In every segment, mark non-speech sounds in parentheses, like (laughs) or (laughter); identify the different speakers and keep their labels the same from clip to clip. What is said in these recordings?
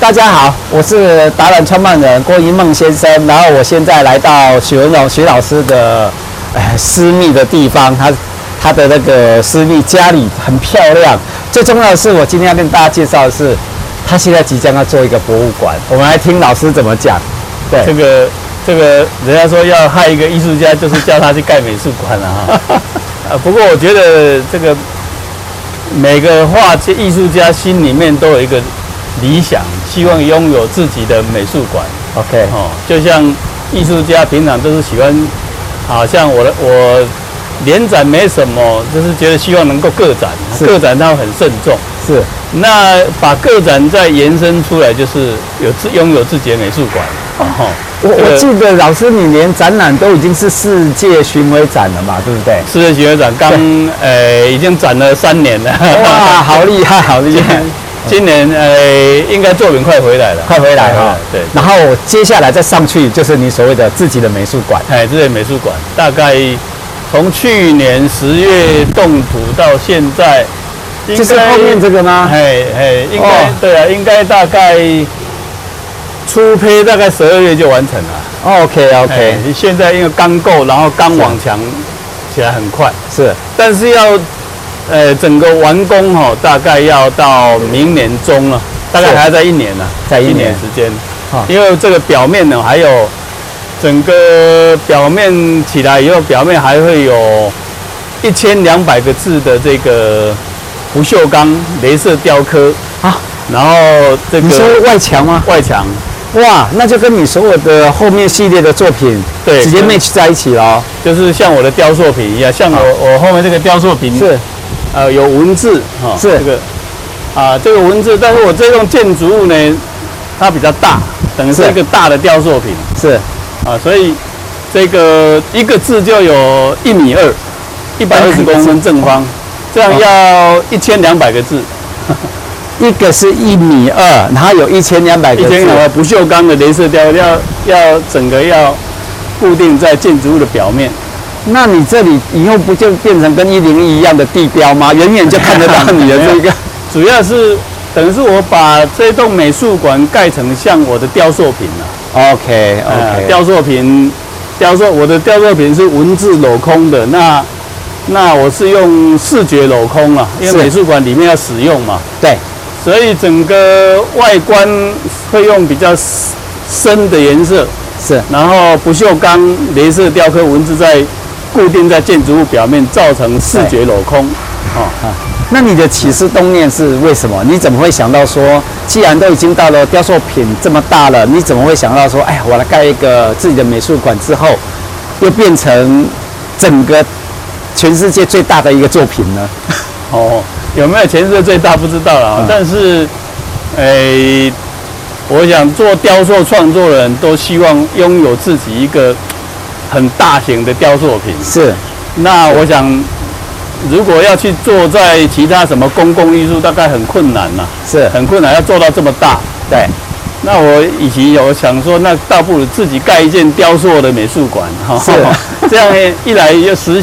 Speaker 1: 大家好，我是达人创办人郭一梦先生，然后我现在来到许文荣许老师的呃私密的地方，他他的那个私密家里很漂亮。最重要的是，我今天要跟大家介绍的是，他现在即将要做一个博物馆，我们来听老师怎么讲。对，
Speaker 2: 这个这个，人家说要害一个艺术家，就是叫他去盖美术馆了
Speaker 1: (laughs)
Speaker 2: 哈。啊，不过我觉得这个每个画家、艺术家心里面都有一个理想，希望拥有自己的美术馆
Speaker 1: OK，
Speaker 2: 哦。就像艺术家平常都是喜欢，好像我的我联展没什么，就是觉得希望能够个展，
Speaker 1: 是
Speaker 2: 个展它很慎重。
Speaker 1: 是
Speaker 2: 那把个展再延伸出来，就是有自拥有自己的美术馆。哦，
Speaker 1: 我
Speaker 2: 这
Speaker 1: 我
Speaker 2: 个
Speaker 1: 记得老师你连展览都已经是世界巡回展了嘛，对不
Speaker 2: (laughs)
Speaker 1: 对？
Speaker 2: 世界巡回展刚呃已经展了三年了，
Speaker 1: 哇，好厉害，好厉
Speaker 2: 今
Speaker 1: 害！
Speaker 2: (laughs) 今年呃应该作品快回来了，
Speaker 1: 快回来哈、
Speaker 2: 对，
Speaker 1: 然后我接下来再上去就是你所谓的自己的美术馆。
Speaker 2: 哎，这些美术馆大概从去年十月动土到现在，应
Speaker 1: 就是后面这个吗？
Speaker 2: 哎哎，应该、
Speaker 1: 哦
Speaker 2: 对啊，应该大概初胚大概十二月就完成了。
Speaker 1: OK
Speaker 2: 哎
Speaker 1: OK，、
Speaker 2: 现在因为刚够，然后刚网墙起来很快。
Speaker 1: 是
Speaker 2: 但是要，呃，整个完工哦，大概要到明年中了，大概
Speaker 1: 是
Speaker 2: 还要在一年呢、
Speaker 1: 在一年
Speaker 2: 年时间
Speaker 1: 啊，
Speaker 2: 因为这个表面呢，还有整个表面起来以后，表面还会有一千两百个字的这个不锈钢镭射雕刻
Speaker 1: 啊，
Speaker 2: 然后这
Speaker 1: 你说
Speaker 2: 个
Speaker 1: 外墙吗？
Speaker 2: 外墙，
Speaker 1: 哇，那就跟你所有的后面系列的作品
Speaker 2: 对，
Speaker 1: 直接
Speaker 2: 就
Speaker 1: match 在一起了。
Speaker 2: 就是像我的雕塑品一样，像我
Speaker 1: 啊
Speaker 2: 我后面这个雕塑品
Speaker 1: 是
Speaker 2: 呃，有文字哈、哦，
Speaker 1: 是
Speaker 2: 这个啊，这个文字，但是我这栋建筑物呢，它比较大，等于是
Speaker 1: 是
Speaker 2: 一个大的雕塑品
Speaker 1: 是，
Speaker 2: 啊，所以这个一个字就有一米二，一百二十
Speaker 1: 120
Speaker 2: 公分正方，这样
Speaker 1: 哦
Speaker 2: 要一千两百个字，
Speaker 1: 一个是一米二，然后有一千两百
Speaker 2: 一
Speaker 1: 个
Speaker 2: 千两
Speaker 1: 字。
Speaker 2: 百不锈钢的镭射雕，要要整个要固定在建筑物的表面。
Speaker 1: 那你这里以后不就变成跟一零一一样的地标吗？远远就看得到你的这个。
Speaker 2: 主要是等于是我把这栋美术馆盖成像我的雕塑品了、
Speaker 1: OK
Speaker 2: 呃，
Speaker 1: OK，
Speaker 2: 雕塑品，雕塑我的雕塑品是文字镂空的，那那我是用视觉镂空啊，因
Speaker 1: 是
Speaker 2: 为美术馆里面要使用嘛，
Speaker 1: 对，
Speaker 2: 所以整个外观会用比较深的颜色，
Speaker 1: 是
Speaker 2: 然后不锈钢镭射雕刻文字在固定在建筑物表面，造成视觉镂空。
Speaker 1: 那你的起始动念是为什么？你怎么会想到说，既然都已经到了雕塑品这么大了，你怎么会想到说，哎呀，我来盖一个自己的美术馆之后，又变成整个全世界最大的一个作品呢？
Speaker 2: 哦，有没有前世的最大不知道了、啊
Speaker 1: 嗯
Speaker 2: 但是，诶、我想做雕塑创作的人都希望拥有自己一个很大型的雕塑品。
Speaker 1: 是
Speaker 2: 那我想，如果要去做在其他什么公共艺术，大概很困难
Speaker 1: (laughs)
Speaker 2: 呐、 (laughs)
Speaker 1: 是，
Speaker 2: 很困难要做到这么大。
Speaker 1: 对，
Speaker 2: 那我以前有想说，那倒不如自己盖一间雕塑的美术馆，哈、
Speaker 1: 是啊
Speaker 2: (laughs) 这样一来就实，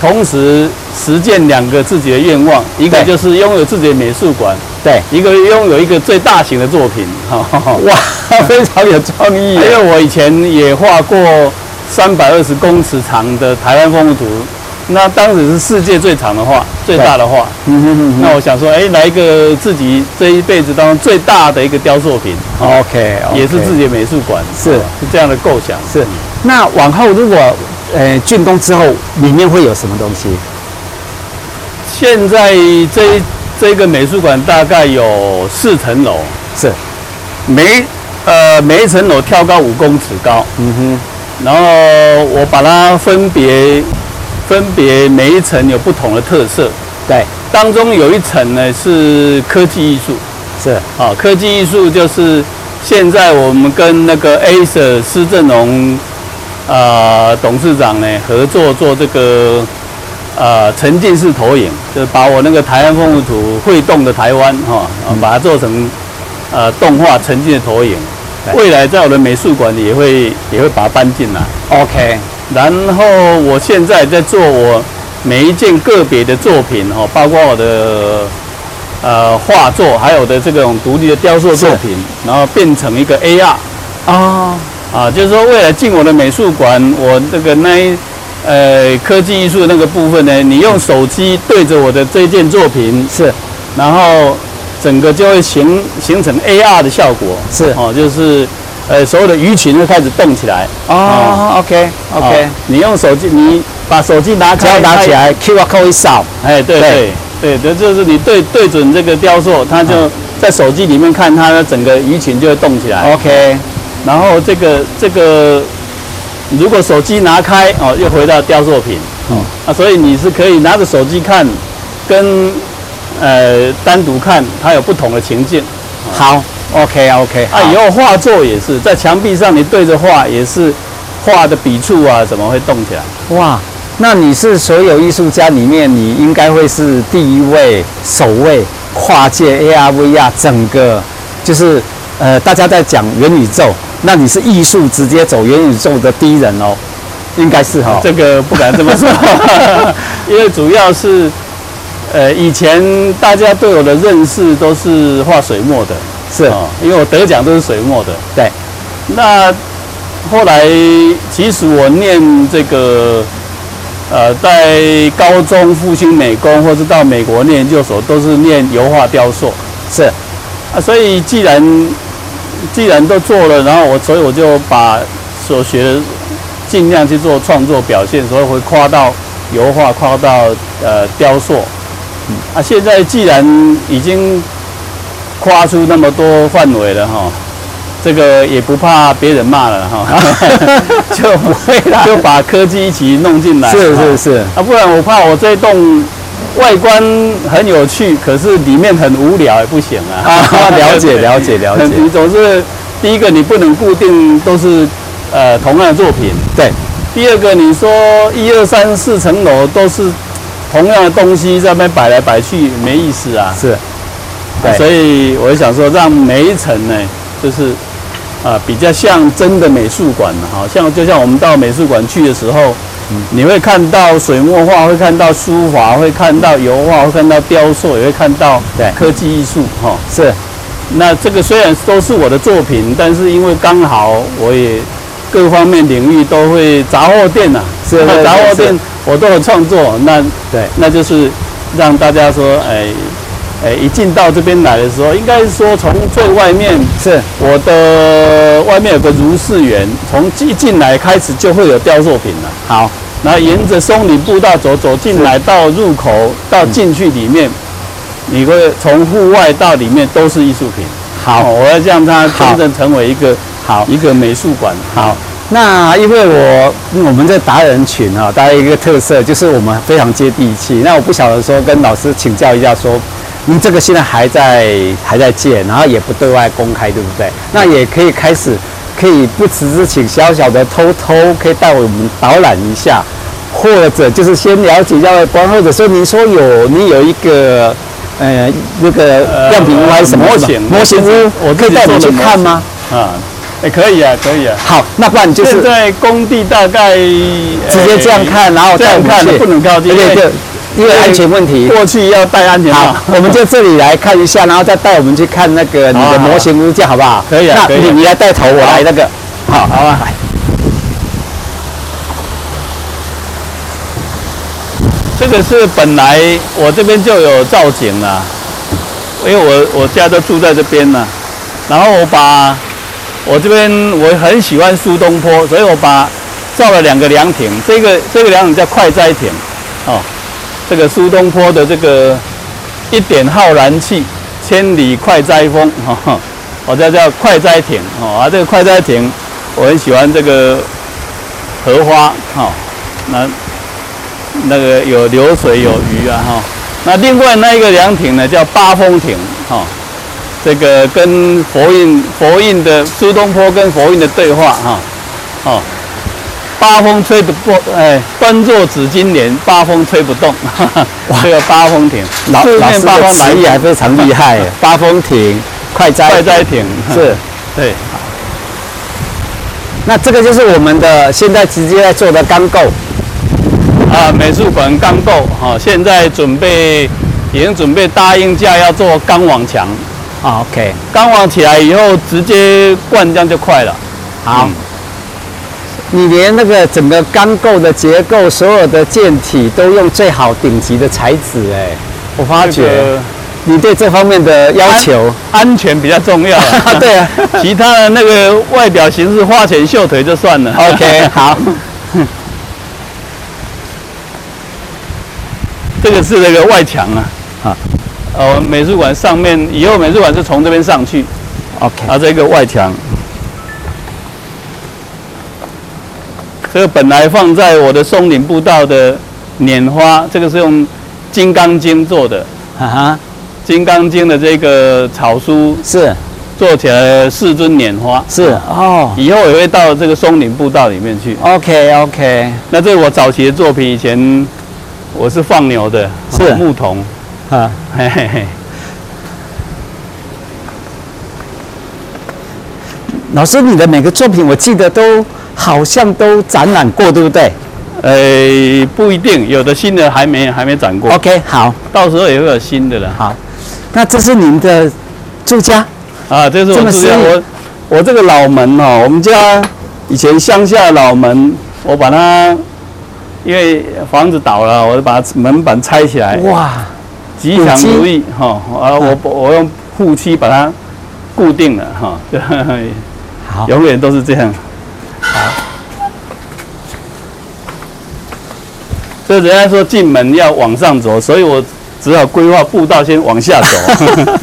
Speaker 2: 同时实践两个自己的愿望，一个
Speaker 1: 对
Speaker 2: 就是拥有自己的美术馆，
Speaker 1: 对，
Speaker 2: 一个拥有一个最大型的作品，哈、
Speaker 1: 哇， (laughs) 非常有创意啊
Speaker 2: 因为
Speaker 1: 耶，
Speaker 2: 我以前也画过三百二十公尺长的台湾风物图，那当时是世界最长的画，最大的画。
Speaker 1: 嗯哼哼
Speaker 2: 那我想说，哎、来一个自己这一辈子当中最大的一个雕塑品，
Speaker 1: 哼，OK，
Speaker 2: 也是自
Speaker 1: 己
Speaker 2: 己的美术馆，
Speaker 1: 是
Speaker 2: 哦是这样的构想。
Speaker 1: 是。那往后如果呃竣工之后，里面会有什么东西？
Speaker 2: 现在这一这个美术馆大概有四层楼，
Speaker 1: 是，
Speaker 2: 每呃每一层楼挑高五公尺高，
Speaker 1: 嗯哼，
Speaker 2: 然后我把它分别分别每一层有不同的特色，
Speaker 1: 对，
Speaker 2: 当中有一层呢是科技艺术
Speaker 1: 是
Speaker 2: 啊，科技艺术就是现在我们跟那个 ASR 施正荣呃董事长呢合作做这个呃沉浸式投影，就是把我那个台湾风物图会动的台湾哈、啊把它做成呃动画沉浸的投影，
Speaker 1: 对
Speaker 2: 未来在我的美术馆里也会也会把它搬进来。
Speaker 1: OK，
Speaker 2: 然后我现在在做我每一件个别的作品哦，包括我的呃画作，还有的这种独立的雕塑作品，然后变成一个 AR
Speaker 1: 哦，
Speaker 2: 啊，就是说未来进我的美术馆，我那个那一呃科技艺术那个部分呢，你用手机对着我的这件作品，
Speaker 1: 是
Speaker 2: 然后整个就会形形成 AR 的效果，
Speaker 1: 是
Speaker 2: 哦，就是呃所有的鱼群会开始动起来。
Speaker 1: 哦，OK
Speaker 2: 哦
Speaker 1: OK，哎
Speaker 2: 你用手机，你把手机拿
Speaker 1: 只
Speaker 2: 开，
Speaker 1: 要拿起来，QR code 一扫，
Speaker 2: 它，哎，对
Speaker 1: 对
Speaker 2: 对啊对，这就是你对对准这个雕塑，它就在手机里面看它的整个鱼群就会动起来。
Speaker 1: OK，
Speaker 2: 然后这个这个，如果手机拿开哦，又回到雕塑品
Speaker 1: 嗯，
Speaker 2: 啊，所以你是可以拿着手机看，跟呃单独看，它有不同的情境。
Speaker 1: 好，OK 哎 OK，
Speaker 2: 啊，以后画作也是在墙壁上，你对着画也是画的笔触啊，怎么会动起来？
Speaker 1: 哇，那你是所有艺术家里面，你应该会是第一位、首位跨界 AR、VR 整个就是呃，大家在讲元宇宙，那你是艺术直接走元宇宙的第一人哦，应该是哈、
Speaker 2: 这个不敢这么
Speaker 1: (laughs)
Speaker 2: 说，因为主要是，呃，以前大家对我的认识都是画水墨的，
Speaker 1: 是
Speaker 2: 哦，因为我得奖都是水墨的。
Speaker 1: 对，
Speaker 2: 那后来其实我念这个，呃，在高中复兴美工，或是到美国念研究所，都是念油画雕塑。
Speaker 1: 是
Speaker 2: 啊，所以既然既然都做了，然后我所以我就把所学的尽量去做创作表现，所以会跨到油画，跨到呃雕塑。啊，现在既然已经跨出那么多范围了哈，这个也不怕别人骂了哈， (laughs) 就不会啦， (laughs) 就把科技一起弄进来。
Speaker 1: 是
Speaker 2: 哈
Speaker 1: 是是，
Speaker 2: 啊，不然我怕我这栋外观很有趣，可是里面很无聊也不行
Speaker 1: (laughs)
Speaker 2: 啊。(laughs)
Speaker 1: 啊了解了解了解
Speaker 2: 嗯你总是第一个你不能固定都是呃同样的作品，
Speaker 1: 对，
Speaker 2: 第二个你说一二三四层楼都是同样的东西在那边摆来摆去没意思啊。
Speaker 1: 是，对
Speaker 2: 所以我想说，让每一层呢，就是啊、比较像真的美术馆哈、像就像我们到美术馆去的时候，
Speaker 1: 嗯
Speaker 2: 你会看到水墨画，会看到书法，会看到油画，会看到雕塑，也会看到
Speaker 1: 对
Speaker 2: 科技艺术哈、
Speaker 1: 是
Speaker 2: 那这个虽然都是我的作品，但是因为刚好我也各方面领域都会杂货店呐、啊，
Speaker 1: 是
Speaker 2: 那
Speaker 1: 是
Speaker 2: 杂货
Speaker 1: 是
Speaker 2: 店我都有创作，那
Speaker 1: 对
Speaker 2: 那就是让大家说，哎哎，一进到这边来的时候，应该是说从最外面，
Speaker 1: 是
Speaker 2: 我的外面有个如是园，从一进来开始就会有雕塑品了。
Speaker 1: 好，
Speaker 2: 然后沿着松林步道走，走进来到入口到进去里面，你会从户外到里面都是艺术品。
Speaker 1: 好
Speaker 2: 哦，我要让它
Speaker 1: 好
Speaker 2: 真正成为一个
Speaker 1: 好
Speaker 2: 一个美术馆。
Speaker 1: 好，那因为我我们这达人群啊，大家一个特色就是我们非常接地气。那我不晓得说跟老师请教一下说，您这个现在还在还在建，然后也不对外公开，对不对？那也可以开始，可以不只是请小小的偷偷可以带我们导览一下，或者就是先了解一下外观，或者说您说有你有一个。呃，那个
Speaker 2: 呃
Speaker 1: 样品屋还是什么
Speaker 2: 模
Speaker 1: 什么
Speaker 2: 型
Speaker 1: 模型屋，
Speaker 2: 我
Speaker 1: 可
Speaker 2: 自己
Speaker 1: 以带我们
Speaker 2: 做
Speaker 1: 去
Speaker 2: 的
Speaker 1: 看吗？
Speaker 2: 啊，哎，可以啊，可以啊。
Speaker 1: 好，那不然你就是
Speaker 2: 现在工地大概直
Speaker 1: 直接这样看，然后
Speaker 2: 这
Speaker 1: 带我
Speaker 2: 样
Speaker 1: 们
Speaker 2: 看
Speaker 1: 去
Speaker 2: 不能靠近，因
Speaker 1: 对对
Speaker 2: 为
Speaker 1: 对，因为安全问题。
Speaker 2: 过去要戴安全帽
Speaker 1: 好。，啊我们就这里来看一下，然后再带我们去看那个你
Speaker 2: 好
Speaker 1: 的
Speaker 2: 啊啊
Speaker 1: 模型屋，这样好不好？
Speaker 2: 可以啊
Speaker 1: 那
Speaker 2: 可以
Speaker 1: 你
Speaker 2: 啊
Speaker 1: 你来带头，我来那个。好，好啊。
Speaker 2: 这个是本来我这边就有造景啦，因为我我家都住在这边呢、然后我把我这边我很喜欢苏东坡，所以我把造了两个凉亭，这个这个凉亭叫快哉亭，哦，这个苏东坡的这个一点浩然气，千里快哉风，哈、哦， (laughs) 我叫叫快哉亭，哦啊，这个快哉亭，我很喜欢这个荷花，哦，那那个有流水有鱼啊哈、那另外那一个凉亭呢叫八风亭哈、这个跟佛印佛印的苏东坡跟佛印的对话哈、哦，八风吹不动，哎，端坐紫金莲，八风吹不动，哈哈 (laughs) 这个八风亭，
Speaker 1: 老
Speaker 2: 字
Speaker 1: 老
Speaker 2: 面
Speaker 1: 师
Speaker 2: 八
Speaker 1: 的
Speaker 2: 风
Speaker 1: 词
Speaker 2: 来
Speaker 1: 语还
Speaker 2: 也
Speaker 1: 非常厉害，
Speaker 2: (laughs)
Speaker 1: 八风亭、快哉、
Speaker 2: 快哉亭，
Speaker 1: 是。
Speaker 2: 对，
Speaker 1: 那这个就是我们的现在直接在做的钢构，
Speaker 2: 啊，美术馆刚够哈，现在准备已经准备搭硬架要做钢网墙，
Speaker 1: 啊，OK，
Speaker 2: 钢网起来以后直接灌浆就快了。
Speaker 1: 好。
Speaker 2: 嗯
Speaker 1: 你连那个整个钢构的结构，所有的舰体都用最好顶级的材质，哎，我发
Speaker 2: 这
Speaker 1: 觉、
Speaker 2: 个
Speaker 1: 你对这方面的要求，
Speaker 2: 安全比较重
Speaker 1: (laughs)
Speaker 2: 要
Speaker 1: 啊，对啊
Speaker 2: 其他的那个外表形式花钱秀腿就算了。
Speaker 1: ，OK，好，
Speaker 2: (laughs) 这个是那个外墙啊，啊，呃，美术馆上面以后美术馆是从这边上去，
Speaker 1: ，OK，
Speaker 2: 啊，这个外墙，这个本来放在我的松林步道的碾花，这个是用金刚经做的，
Speaker 1: 哈哈，
Speaker 2: 金刚经的这个草书
Speaker 1: 是
Speaker 2: 做起来的世尊碾花，
Speaker 1: 是哦
Speaker 2: 以后也会到这个松林步道里面去。
Speaker 1: ，OK OK，
Speaker 2: 那这是我早期的作品，以前我是放牛的，
Speaker 1: 是
Speaker 2: 牧童，
Speaker 1: 啊，
Speaker 2: 嘿嘿嘿。
Speaker 1: 老师，你的每个作品我记得都好像都展览过，对不对
Speaker 2: 呃，不一定，有的新的还没还没展过，
Speaker 1: ？OK，好
Speaker 2: 到时候也会有新的了。
Speaker 1: 好，那这是您的住家，
Speaker 2: 啊，这是
Speaker 1: 这
Speaker 2: 我
Speaker 1: 么
Speaker 2: 自
Speaker 1: 犀
Speaker 2: 己
Speaker 1: 利
Speaker 2: 我我这个老门哦，我们家以前乡下老门，我把它因为房子倒了，我就把门板拆起来，
Speaker 1: 哇，
Speaker 2: 吉祥如意哈、啊，
Speaker 1: 嗯
Speaker 2: 我我用护漆把它固定了哈、就
Speaker 1: (laughs) 好
Speaker 2: 永远都是这样。所以人家说进门要往上走，所以我只好规划步道先往下
Speaker 1: (laughs)
Speaker 2: 走，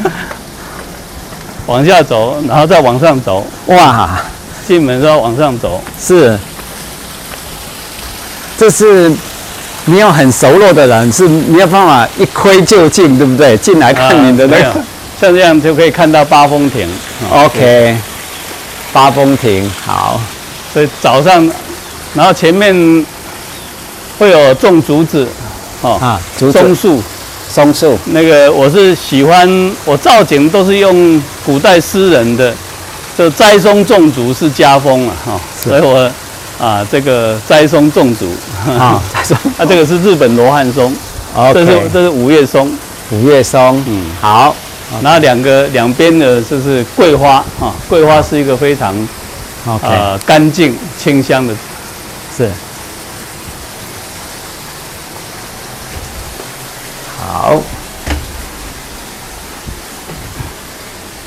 Speaker 2: 往下走，然后再往上走，
Speaker 1: 哇，
Speaker 2: 进门之后往上走。
Speaker 1: 是，这是没有很熟络的人是没有办法一窥就进，对不对？进来看 (laughs) 你的那
Speaker 2: 没
Speaker 1: 个
Speaker 2: 有、啊像这样就可以看到八峰亭。
Speaker 1: o k 八风亭，好，
Speaker 2: 所以早上，然后前面会有种竹子，哦，
Speaker 1: 啊，竹子、
Speaker 2: 松树。
Speaker 1: 松树，
Speaker 2: 那个我是喜欢，我造景都是用古代诗人的，就栽松种竹是家风啊，哈、所以我啊这个栽松种竹
Speaker 1: 啊
Speaker 2: 啊，啊这个是日本罗汉松，这是
Speaker 1: ，OK，
Speaker 2: 这是五叶松，
Speaker 1: 五月松，
Speaker 2: 嗯，
Speaker 1: 好，
Speaker 2: 然后两个两边的就是桂花啊，桂花是一个非常
Speaker 1: OK，、
Speaker 2: 呃干净清香的
Speaker 1: 是，好，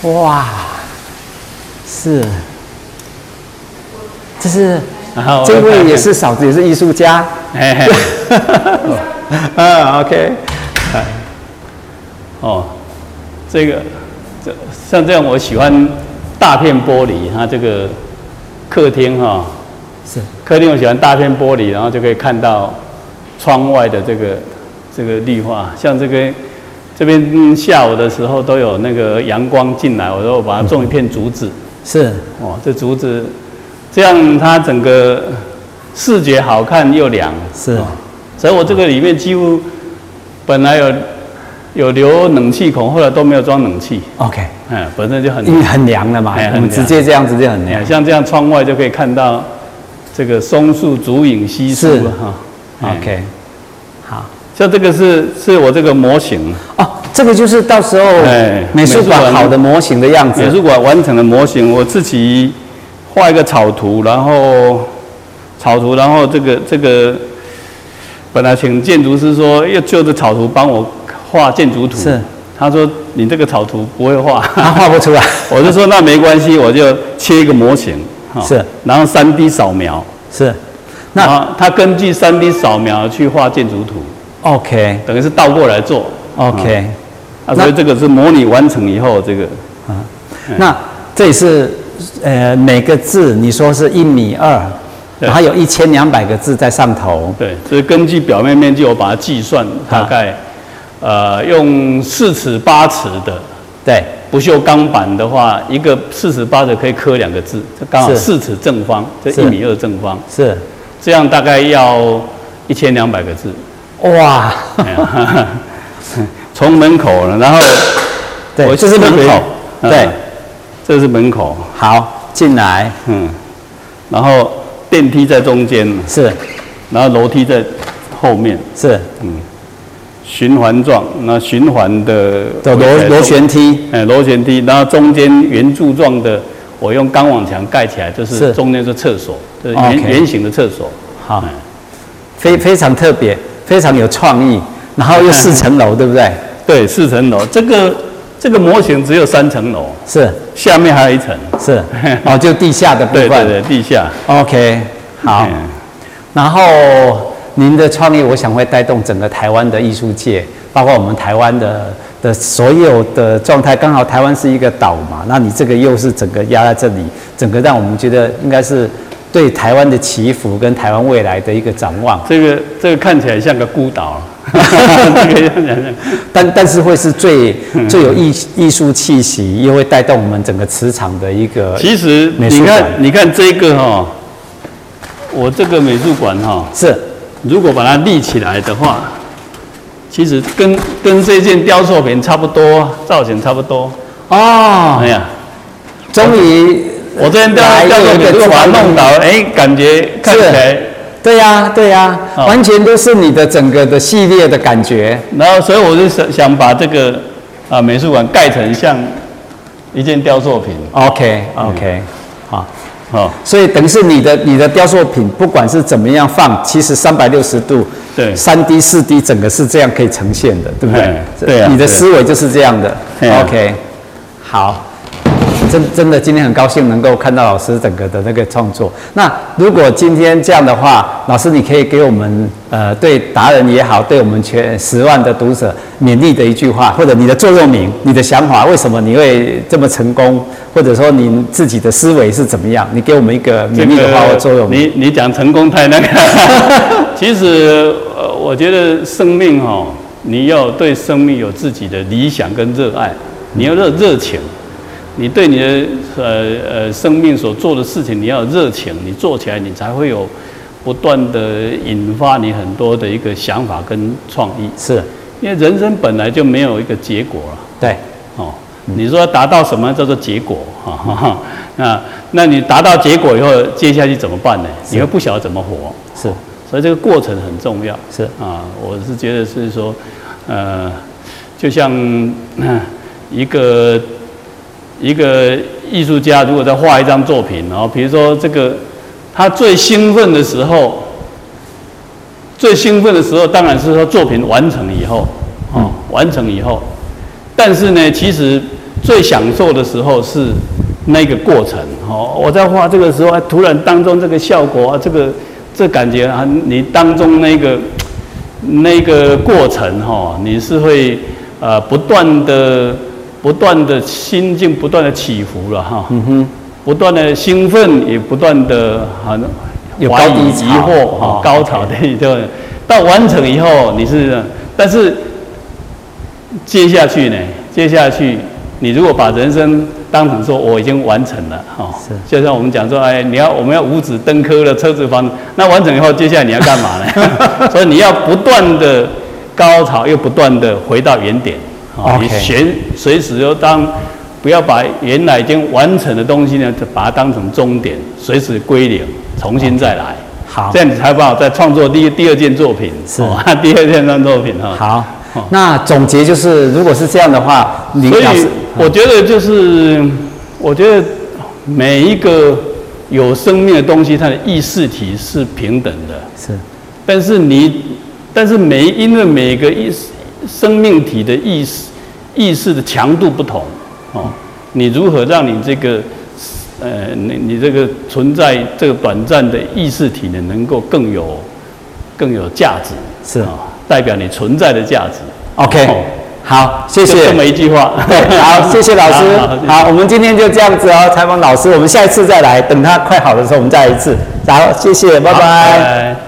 Speaker 1: 哇，是，这是
Speaker 2: 然后
Speaker 1: 这位也是嫂子，也是艺术家，
Speaker 2: 嘿嘿，哎 (laughs)
Speaker 1: 啊，OK，
Speaker 2: 哦，这个这像这样，我喜欢大片玻璃，它这个客厅哈、
Speaker 1: 是
Speaker 2: 客厅我喜欢大片玻璃，然后就可以看到窗外的这个这个绿化，像这个这边嗯下午的时候都有那个阳光进来，我说我把它种一片竹子，
Speaker 1: 是
Speaker 2: 哦，这竹子这样它整个视觉好看又凉，
Speaker 1: 是
Speaker 2: 哦所以我这个里面几乎本来有有留冷气孔，后来都没有装冷气，
Speaker 1: ，OK，
Speaker 2: 嗯，本身就很
Speaker 1: 因为很凉了嘛
Speaker 2: 哎，
Speaker 1: 我
Speaker 2: 很
Speaker 1: 们直接这样子就很凉
Speaker 2: 哎，，像这样窗外就可以看到这个松树竹影稀疏
Speaker 1: 是
Speaker 2: 了哈。哎
Speaker 1: OK，好。
Speaker 2: 像这个是是我这个模型，
Speaker 1: 哦，这个就是到时候
Speaker 2: 哎
Speaker 1: 美术
Speaker 2: 美术
Speaker 1: 馆
Speaker 2: 馆
Speaker 1: 好的模型的样
Speaker 2: 美
Speaker 1: 子。
Speaker 2: 术馆完成的模型，我自己画一个草图，然后草图，然后这个这个本来请建筑师说要就着草图帮我画建筑图，
Speaker 1: 是
Speaker 2: 他说你这个草图不会画， (laughs)
Speaker 1: 他画不出来，
Speaker 2: 我就说那没关系，我就切一个模型，哈
Speaker 1: 是，
Speaker 2: 然后三 D 扫描，
Speaker 1: 是那
Speaker 2: 然后他根据三 D 扫描去画建筑图，
Speaker 1: OK
Speaker 2: 等于是倒过来做
Speaker 1: OK，、
Speaker 2: 啊，
Speaker 1: 那
Speaker 2: 所以这个是模拟完成以后这个。嗯
Speaker 1: 那这也是呃每个字你说是一米二，
Speaker 2: 对
Speaker 1: 然后有一千两百个字在上头，
Speaker 2: 对，所以根据表面面积，我把它计算大概，
Speaker 1: 啊
Speaker 2: 呃，用四尺八尺的
Speaker 1: 对，
Speaker 2: 不锈钢板的话，一个四尺八的可以刻两个字，这刚好
Speaker 1: 是
Speaker 2: 四尺正方，这
Speaker 1: 是
Speaker 2: 一米二正方，
Speaker 1: 是
Speaker 2: 这样大概要一千两百个字。
Speaker 1: 哇，
Speaker 2: 哎呀哈哈 (laughs) 从门口呢，然后
Speaker 1: 对，
Speaker 2: 我
Speaker 1: 这是门
Speaker 2: 特别
Speaker 1: 口，
Speaker 2: 嗯
Speaker 1: 对，
Speaker 2: 这是门口，
Speaker 1: 好进来
Speaker 2: 嗯，然后电梯在中间，
Speaker 1: 是
Speaker 2: 然后楼梯在后面，
Speaker 1: 是
Speaker 2: 嗯，循环状，那循环的
Speaker 1: 的螺螺旋梯，
Speaker 2: 哎，螺旋梯，然后中间圆柱状的，我用钢网墙盖起来，就是是中间是厕所，就是圆
Speaker 1: OK
Speaker 2: 圆形的厕所。
Speaker 1: 好
Speaker 2: 哎，
Speaker 1: 非非常特别，非常有创意，然后又四层楼，对不对？
Speaker 2: 对，四层楼，这个这个模型只有三层楼，
Speaker 1: 是
Speaker 2: 下面还有一层。 (laughs)
Speaker 1: 是，哦，就地下的部
Speaker 2: 对
Speaker 1: 分。
Speaker 2: 对对，地下。
Speaker 1: OK，好。
Speaker 2: 嗯
Speaker 1: 然后您的创意，我想会带动整个台湾的艺术界，包括我们台湾的的所有的状态。刚好台湾是一个岛嘛，那你这个又是整个压在这里，整个让我们觉得应该是对台湾的祈福跟台湾未来的一个展望。
Speaker 2: 这个这个看起来像个孤 (laughs) 岛，啊这个看起来像
Speaker 1: 但但是会是最
Speaker 2: 嗯
Speaker 1: 最有艺艺术气息，又会带动我们整个磁场的一个。
Speaker 2: 其实
Speaker 1: 美术
Speaker 2: 你看
Speaker 1: 馆，
Speaker 2: 你看这个哈、我这个美术馆哈、
Speaker 1: 是
Speaker 2: 如果把它立起来的话，其实跟跟这件雕塑品差不多，啊造型差不多。
Speaker 1: 哦
Speaker 2: 哎，呀，
Speaker 1: 终于
Speaker 2: 我这件雕
Speaker 1: 来
Speaker 2: 雕塑
Speaker 1: 有一
Speaker 2: 品
Speaker 1: 个
Speaker 2: 如果把
Speaker 1: 传
Speaker 2: 它
Speaker 1: 统
Speaker 2: 弄倒，哎，感觉看起来，
Speaker 1: 对呀、对呀、
Speaker 2: 哦
Speaker 1: 完全都是你的整个的系列的感觉。
Speaker 2: 然后所以我就想想把这个啊美术馆盖成像一件雕塑品，
Speaker 1: OK
Speaker 2: 嗯
Speaker 1: OK，、好，
Speaker 2: 哦，
Speaker 1: 所以等于是你的你的雕塑品，不管是怎么样放，其实三百六十度，
Speaker 2: 对
Speaker 1: 三 D 四 D 整个是这样可以呈现的，对不对
Speaker 2: 哎？对啊
Speaker 1: 你的
Speaker 2: 对啊
Speaker 1: 思维就是这样的。
Speaker 2: 哎呀
Speaker 1: OK，好。真真的，今天很高兴能够看到老师整个的那个创作。那如果今天这样的话，老师你可以给我们呃，对达人也好，对我们全十万的读者勉励的一句话，或者你的座右铭、你的想法，为什么你会这么成功，或者说您自己的思维是怎么样？你给我们一个
Speaker 2: 这
Speaker 1: 勉励的话或座
Speaker 2: 个
Speaker 1: 右铭。
Speaker 2: 你你讲成功太
Speaker 1: (laughs)
Speaker 2: 那个，其实呃，我觉得生命哦，你要对生命有自己的理想跟热爱，你要热热情，你对你的呃呃生命所做的事情你要有热情，你做起来你才会有不断的引发你很多的一个想法跟创意，
Speaker 1: 是
Speaker 2: 因为人生本来就没有一个结果了。
Speaker 1: 对，
Speaker 2: 哦，你说达到什么叫做结果？哈、哈哈， (laughs) 那那你达到结果以后，接下去怎么办呢？你会不晓得怎么活，
Speaker 1: 是
Speaker 2: 所以这个过程很重要。
Speaker 1: 是
Speaker 2: 啊，我是觉得是说，呃，就像、呃一个一个艺术家如果在画一张作品，然后比如说这个他最兴奋的时候，最兴奋的时候当然是说作品完成以后，哦，完成以后，但是呢，其实最享受的时候是那个过程。哦，我在画这个时候，啊突然当中这个效果啊，这个这感觉啊，你当中那个那个过程哈、哦，你是会呃不断的不断的心境不断的起伏了哈。嗯哼。不断的兴奋，也不断的很
Speaker 1: 有
Speaker 2: 怀
Speaker 1: 高低
Speaker 2: 疑、
Speaker 1: 潮
Speaker 2: 疑惑、哈
Speaker 1: 哦
Speaker 2: 高潮的一段。到完成以后，你是，但是接下去呢？接下去，你如果把人生当成说我已经完成了，哦，
Speaker 1: 是
Speaker 2: 就像我们讲说，哎，你要我们要五子登科了，车子房子，那完成以后，接下来你要干嘛呢？ (laughs) 所以你要不断的高潮，又不断的回到原点，哦，你
Speaker 1: OK
Speaker 2: 随随时就当。不要把原来已经完成的东西呢，就把它当成终点，随时归零，重新再来。
Speaker 1: 好
Speaker 2: 这。样你才把我再创作第一第二件作品，
Speaker 1: 是
Speaker 2: 哦、 (laughs) 第二件创作品哈。
Speaker 1: 好
Speaker 2: 哦，
Speaker 1: 那总结就是，如果是这样的话，你
Speaker 2: 所以
Speaker 1: 老师
Speaker 2: 我觉得就是，我觉得每一个有生命的东西，它的意识体是平等的。
Speaker 1: 是
Speaker 2: 但是你，但是每因为每个意识生命体的意识意识的强度不同哦，你如何让你这个呃你你这个存在这个短暂的意识体呢，能够更有更有价值
Speaker 1: 是
Speaker 2: 哦代表你存在的价值。
Speaker 1: OK，
Speaker 2: 哦
Speaker 1: 好，谢
Speaker 2: 就
Speaker 1: 谢
Speaker 2: 这。么一句
Speaker 1: (laughs)
Speaker 2: 话。
Speaker 1: 对，好，谢谢老师
Speaker 2: 好好谢。谢
Speaker 1: 好，我们今天就这样子哦，采访老师，我们下一次再来，等他快好的时候我们再来一次。好，谢谢，拜拜。
Speaker 2: 拜拜